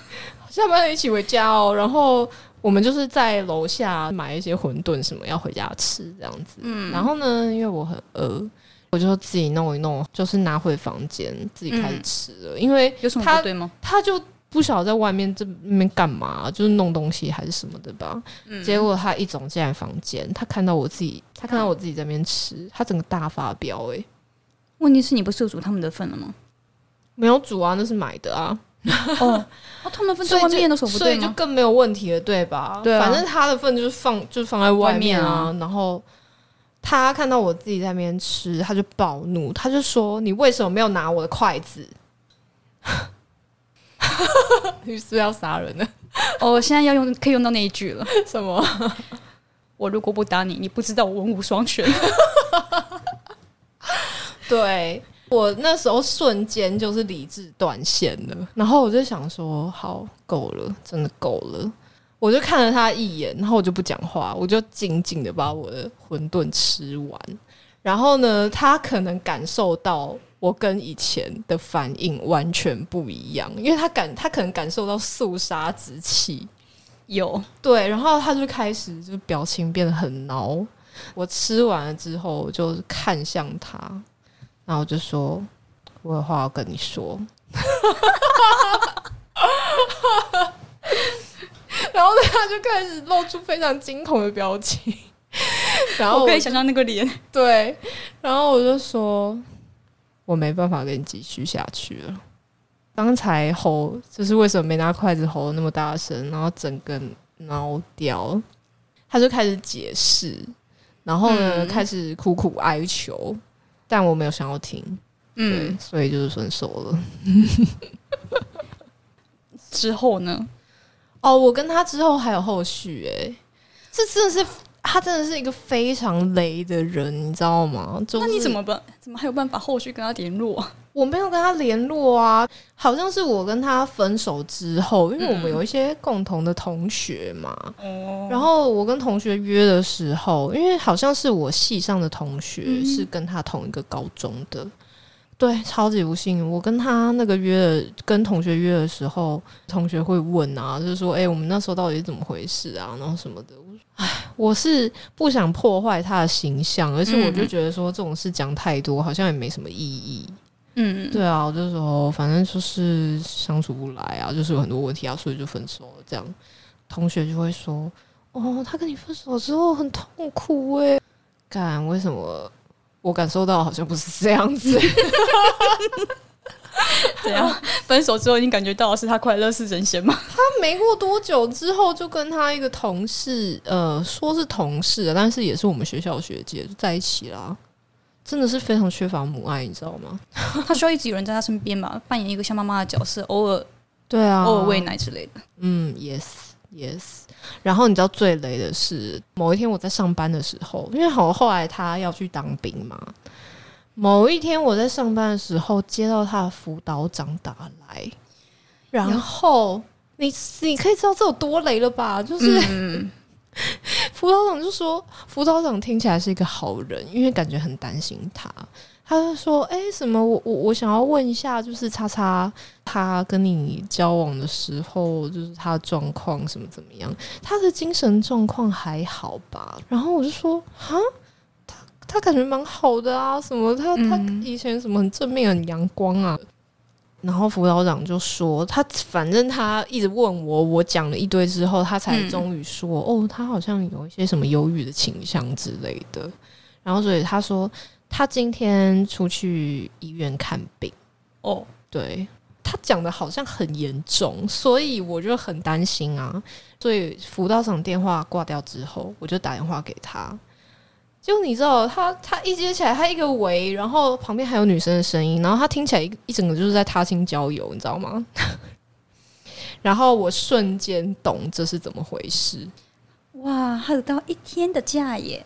A: 下班一起回家哦，然后我们就是在楼下买一些馄饨什么，要回家吃这样子。嗯，然后呢，因为我很饿，我就自己弄一弄，就是拿回房间自己开始吃了。因为
B: 嗯有什么
A: 他
B: 不对吗？
A: 他就不晓得在外面这边干嘛，就是弄东西还是什么的吧。
B: 嗯
A: 结果他一走进来房间，他看到我自己，他看到我自己在那边吃，他整个大发飙哎、
B: 问题是你不是有煮他们的份了吗？
A: 没有煮啊，那是买的啊。
B: 哦，哦，他们份
A: 所
B: 在
A: 以
B: 外
A: 就
B: 面的时候不
A: 所以
B: 对
A: 就
B: 吗？
A: 更没有问题了，对吧？
B: 对啊
A: 反正他的份就是放就是放在外面啊，
B: 外
A: 然后。他看到我自己在那边吃，他就暴怒，他就说：“你为什么没有拿我的筷子？” 你是不是要杀人了？
B: 哦，现在要用可以用到那一句了。
A: 什么？
B: 我如果不打你，你不知道我文武双全。
A: 对我那时候瞬间就是理智断线了，然后我就想说，好够了，真的够了。我就看了他一眼，然后我就不讲话，我就静静的把我的馄饨吃完。然后呢，他可能感受到我跟以前的反应完全不一样，因为他感他可能感受到肃杀之气，
B: 有，
A: 对，然后他就开始就表情变得很孬。我吃完了之后，我就看向他，然后我就说：“我有话要跟你 说。”然后他就开始露出非常惊恐的表情，然后
B: 我
A: 我
B: 可以想象那个脸。
A: 对，然后我就说，我没办法跟你继续下去了。刚才吼，就是为什么没拿筷子吼那么大声，然后整个挠掉，他就开始解释，然后呢、
B: 嗯
A: 开始苦苦哀求，但我没有想要听，对，
B: 嗯，
A: 所以就是分手了。
B: 之后呢？
A: 哦，我跟他之后还有后续哎、这真的是他真的是一个非常雷的人，你知道吗？就是、
B: 那你怎么办？怎么还有办法后续跟他联络啊？
A: 我没有跟他联络啊，好像是我跟他分手之后，因为我们有一些共同的同学嘛。
B: 嗯哦，
A: 然后我跟同学约的时候，因为好像是我系上的同学
B: 嗯
A: 是跟他同一个高中的，对，超级不幸。我跟他那个约的，跟同学约的时候，同学会问啊，就是说，哎、我们那时候到底是怎么回事啊，然后什么的。我说，哎，我是不想破坏他的形象，而且我就
B: 嗯
A: 觉得说这种事讲太多，好像也没什么意义。
B: 嗯，
A: 对啊，我就说反正就是相处不来啊，就是有很多问题啊，所以就分手了。这样，同学就会说：“哦，他跟你分手之后很痛苦哎、干为什么？我感受到好像不是这样子。
B: 怎样？啊
A: 哦
B: 分手之后，你感觉到的是他快乐是神仙吗？
A: 他没过多久之后，就跟他一个同事，呃，说是同事啊，但是也是我们学校的学姐，就在一起啦。真的是非常缺乏母爱，你知道吗？
B: 他需要一直有人在他身边吧，扮演一个像妈妈的角色，偶尔、
A: 对啊，
B: 偶尔喂奶之类的。
A: 嗯，yes yes。然后你知道最雷的是，某一天我在上班的时候，因为好后来他要去当兵嘛。某一天我在上班的时候，接到他的辅导长打来，然后你你可以知道这有多雷了吧？就是、
B: 嗯，
A: 辅 辅导长就说，辅导长听起来是一个好人，因为感觉很担心他。他就说：“哎、什么？我我我想要问一下，就是叉叉他跟你交往的时候，就是他的状况什么怎么样？他的精神状况还好吧？”然后我就说：“哈，他他感觉蛮好的啊，什么他他
B: 嗯
A: 以前什么很正面、很阳光啊。”然后辅导长就说：“他反正他一直问我，我讲了一堆之后，他才
B: 嗯
A: 终于说，哦，他好像有一些什么忧郁的倾向之类的。然后所以他说他今天出去医院看病，
B: 哦，
A: 对他讲的好像很严重，所以我就很担心啊。所以辅导长电话挂掉之后，我就打电话给他。就你知道，他他一接起来，他一个喂，然后旁边还有女生的声音，然后他听起来一一整个就是在踏青郊游，你知道吗？ 然后我瞬间懂这是怎么回事，
B: 哇，他得到一天的假耶！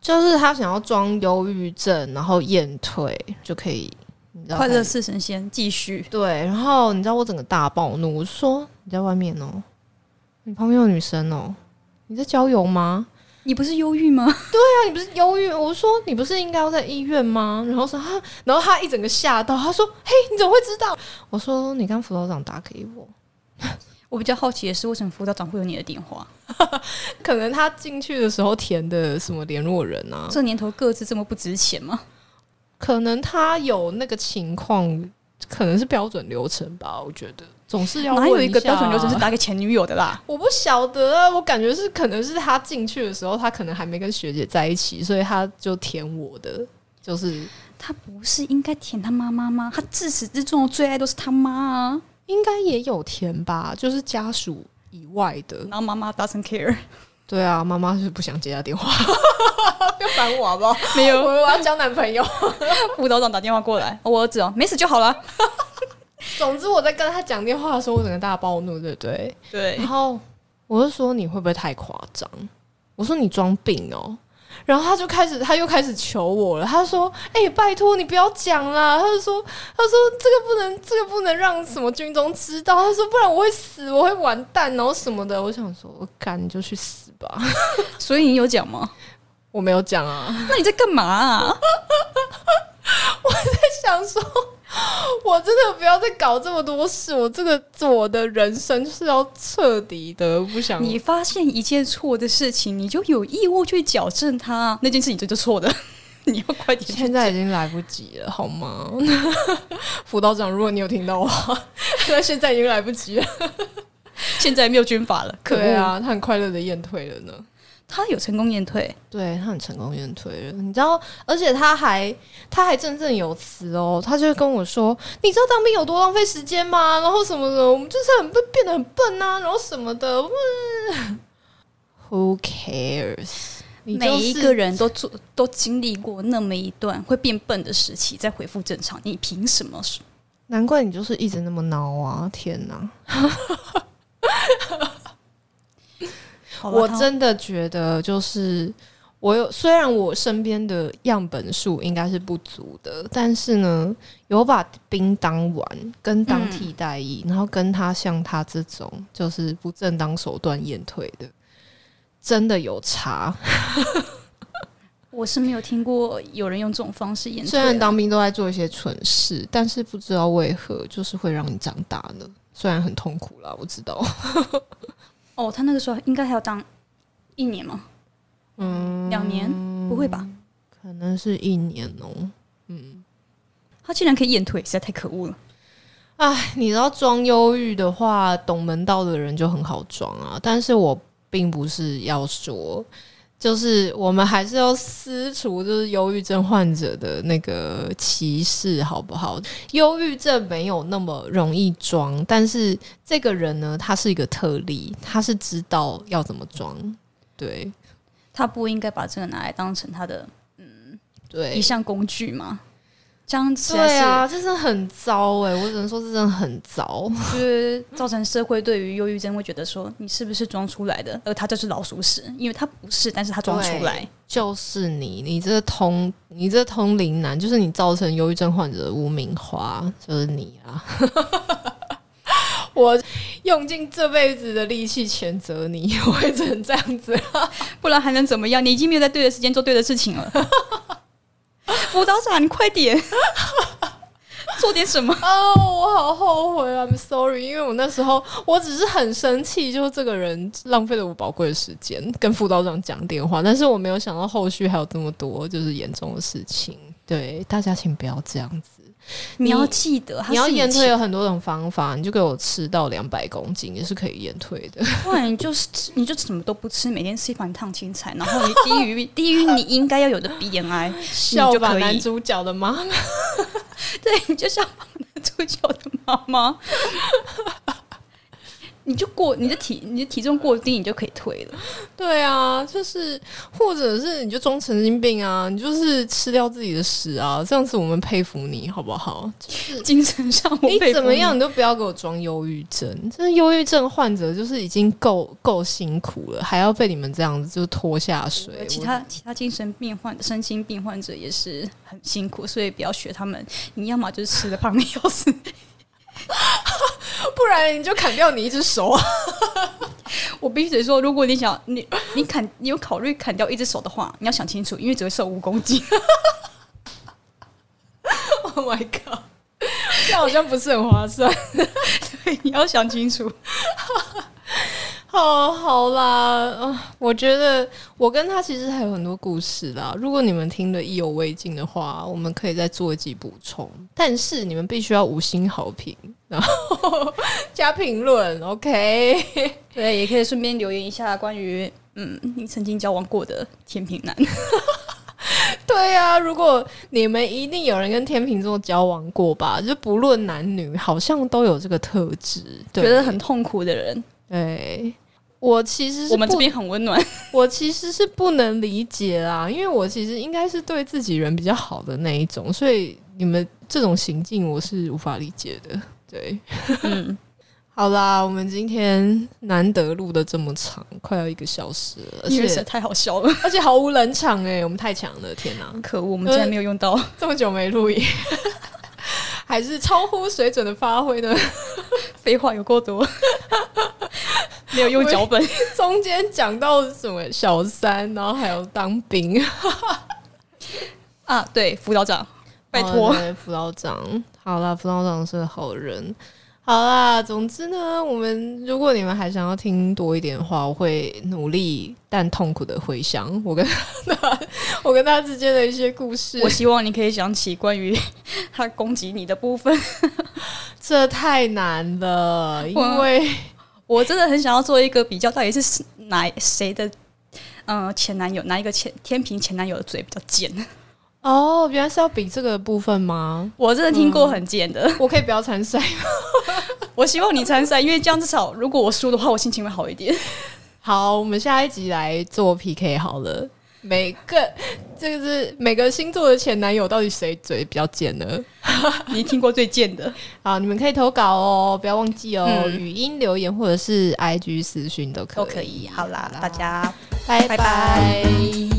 A: 就是他想要装忧郁症，然后验退就可以，你知道
B: 快
A: 他
B: 乐是神仙，继续。
A: 对，然后你知道我整个大暴怒，我就说你在外面哦、你旁边有女生哦、你在郊游吗？
B: 你不是忧郁吗？
A: 对啊，你不是忧郁？我说你不是应该要在医院吗？然后说 啊，然后他一整个吓到，他说嘿，你怎么会知道？我说你刚辅导长打给我，
B: 我比较好奇的是，为什么辅导长会有你的电话？
A: 可能他进去的时候填的什么联络人啊，
B: 这年头各自这么不值钱吗？
A: 可能他有那个情况，可能是标准流程吧，我觉得总是要
B: 哪有
A: 问
B: 一个啊标准
A: 下
B: 流程是打给前女友的啦？
A: 我不晓得啊，我感觉是可能是他进去的时候，他可能还没跟学姐在一起，所以他就填我的，就是
B: 他不是应该舔他妈妈吗？他自始至终的最爱都是他妈啊，
A: 应该也有填吧，就是家属以外的。
B: 然后妈妈 doesn't care。
A: 对啊，妈妈是不想接他电话， 不要烦我好不好？
B: 没有
A: 我我要交男朋友。
B: 辅导长打电话过来，哦我儿子哦，没死就好了。
A: 总之我在跟他讲电话的时候，我整个大暴怒，对不对？
B: 对
A: 然，后我就说你会不会太夸张？我说你装病哦。然后他就开始，他又开始求我了。他说：“哎、拜托你不要讲啦。”他就说：“他说这个不能，这个不能让什么军中知道。”他说：“不然我会死，我会完蛋，然后什么的。”我想说：“我干，你就去死吧！”
B: 所以你有讲 吗？
A: 我没有讲啊，
B: 那你在干嘛啊？
A: 想说我真的不要再搞这么多事，我这个我的人生就是要彻底的不想
B: 你发现一件错的事情，你就有义务去矫正它。那件事情就是错的， 你要快点 去。
A: 现在已经来不及了，好吗？ 辅导长，如果你有听到我话， 那现在已经来不及了。
B: 现在没有军法了，可
A: 对
B: 恶！
A: 啊，他很快乐的验退了呢。
B: 他有成功验退，
A: 对他很成功验退了，你知道，而且他还他还振振有词哦，他就跟我说，你知道当兵有多浪费时间吗？然后什么的，我们就是很笨，变得很笨啊，然后什么的。 嗯 Who cares？你就是
B: 每一个人都做都经历过那么一段会变笨的时期，再恢复正常，你凭什么说？
A: 难怪你就是一直那么孬啊！天哪，
B: 好吧
A: 我
B: 他
A: 真的觉得，就是我有，虽然我身边的样本数应该是不足的，但是呢，有把兵当完，跟当
B: 嗯
A: 替代役，然后跟他像他这种就是不正当手段验退的，真的有差。
B: 我是没有听过有人用这种方式验退
A: 虽
B: 啊。
A: 然当兵都在做一些蠢事，但是不知道为何就是会让你长大呢。虽然很痛苦啦，我知道。
B: 哦，他那个时候应该还要当一年吗？嗯，两年？不会吧？
A: 可能是一年哦、
B: 他竟然可以验退，实在太可恶了。
A: 唉，你知道装忧郁的话，懂门道的人就很好装啊。但是我并不是要说，就是我们还是要撕除就是忧郁症患者的那个歧视，好不好？忧郁症没有那么容易装，但是这个人呢，他是一个特例，他是知道要怎么装。对
B: 他不应该把这个拿来当成他的
A: 对
B: 一，项工具吗？这样子
A: 对啊，，这真的很糟哎、我只能说这真的很糟。
B: 就是造成社会对于忧郁症会觉得说你是不是装出来的，而他就是老鼠屎，因为他不是，但是他装出来。
A: 就是你，你这通，你这通灵男，就是你造成忧郁症患者的无名化，就是你啊！ 我用尽这辈子的力气谴责你，我也只能这样子啊。
B: 不然还能怎么样？你已经没有在对的时间做对的事情 了。辅导长，你快 点做点什么？
A: 哦，我好后悔，I'm sorry，因为我那时候我只是很生气，就是这个人浪费了我宝贵的时间，跟副道长讲电话，但是我没有想到后续还有这么多就是严重的事情。对，大家请不要这样子，
B: 你要哦记得，
A: 你要延
B: 延
A: 退有很多种方法，你就给我吃到两百公斤也是可以延退 的。
B: 不然你就是吃你就什么都不吃，每天吃一盘烫青菜，然后你低于低于你应该要有的 BMI，
A: 笑
B: 就
A: 吧，
B: 可以
A: 男主角的妈妈，
B: 对，你就像 男主角的妈妈，你就过你的体你的体重过低，你就可以退了。
A: 对啊，就是或者是你就装神经病啊，你就是吃掉自己的屎啊，这样子我们佩服你好不好？
B: 精神上我佩服
A: 你怎么样，？你都不要给我装忧郁症。这忧郁症患者就是已经够够辛苦了，还要被你们这样子就拖下水。
B: 其
A: 我
B: 他其他精神病患、身心病患者也是很辛苦，所以不要学他们。你要么就是吃的胖的要死，
A: 不然你就砍掉你一只手啊！
B: 我必须得说，如果你想你你砍你有考虑砍掉一只手的话，你要想清楚，因为只会瘦五公斤。
A: Oh my god，这样好像不是很划算。
B: 对，你要想清楚。
A: 哦，好啦，呃我觉得我跟他其实还有很多故事啦。如果你们听得意犹未尽的话，我们可以再做一集补充。但是你们必须要五星好评， 然后加评论，OK？
B: 对，也可以顺便留言一下关于嗯你曾经交往过的天平男。
A: 对呀、如果你们一定有人跟天秤座交往过吧，就不论男女，好像都有这个特质，对
B: 觉得很痛苦的人，
A: 对。我其实是
B: 我们这
A: 不
B: 边很温暖。
A: 我其实是不能理解啦，因为我其实应该是对自己人比较好的那一种，所以你们这种行径我是无法理解的。对，
B: 嗯，
A: 好啦，我们今天难得录的这么长，快要一个小时了，而
B: 因为实
A: 且
B: 在太好笑了。
A: 而且毫无冷场哎、我们太强了，天哪、
B: 可恶，我们竟然没有用到。
A: 这么久没录音， 还是超乎水准的发挥呢？
B: 废话有够 多，没有用脚本。
A: 中间讲到什么小三，然后还有当兵，
B: 啊，对，辅导长，啊拜托
A: 哦，对辅导长。好啦，辅导长是好人。好啦，总之呢，我们如果你们还想要听多一点的话，我会努力但痛苦的回想我跟 我跟他之间的一些故事
B: 我。希望你可以想起关于 他攻击你的部分。
A: 这太难了，因
B: 我
A: 为
B: 我真的很想要做一个比较，到底是哪谁的呃前男友，哪一个前天平前男友的嘴比较贱？
A: 哦，原来是要比这个部分吗？
B: 我真的听过很贱的。
A: 我可以不要参赛吗
B: 我希望你参赛，因为这样至少如果我输的话，我心情会好一 点。
A: 好，我们下一集来做 PK 好了。每个这个是每个星座的前男友到底谁嘴比较贱呢？
B: 你听过最贱的？
A: 好，你们可以投稿哦，不要忘记哦，
B: 嗯
A: 语音留言或者是 IG 私讯都可以。
B: 都可以。好啦，大家
A: 拜拜
B: 拜拜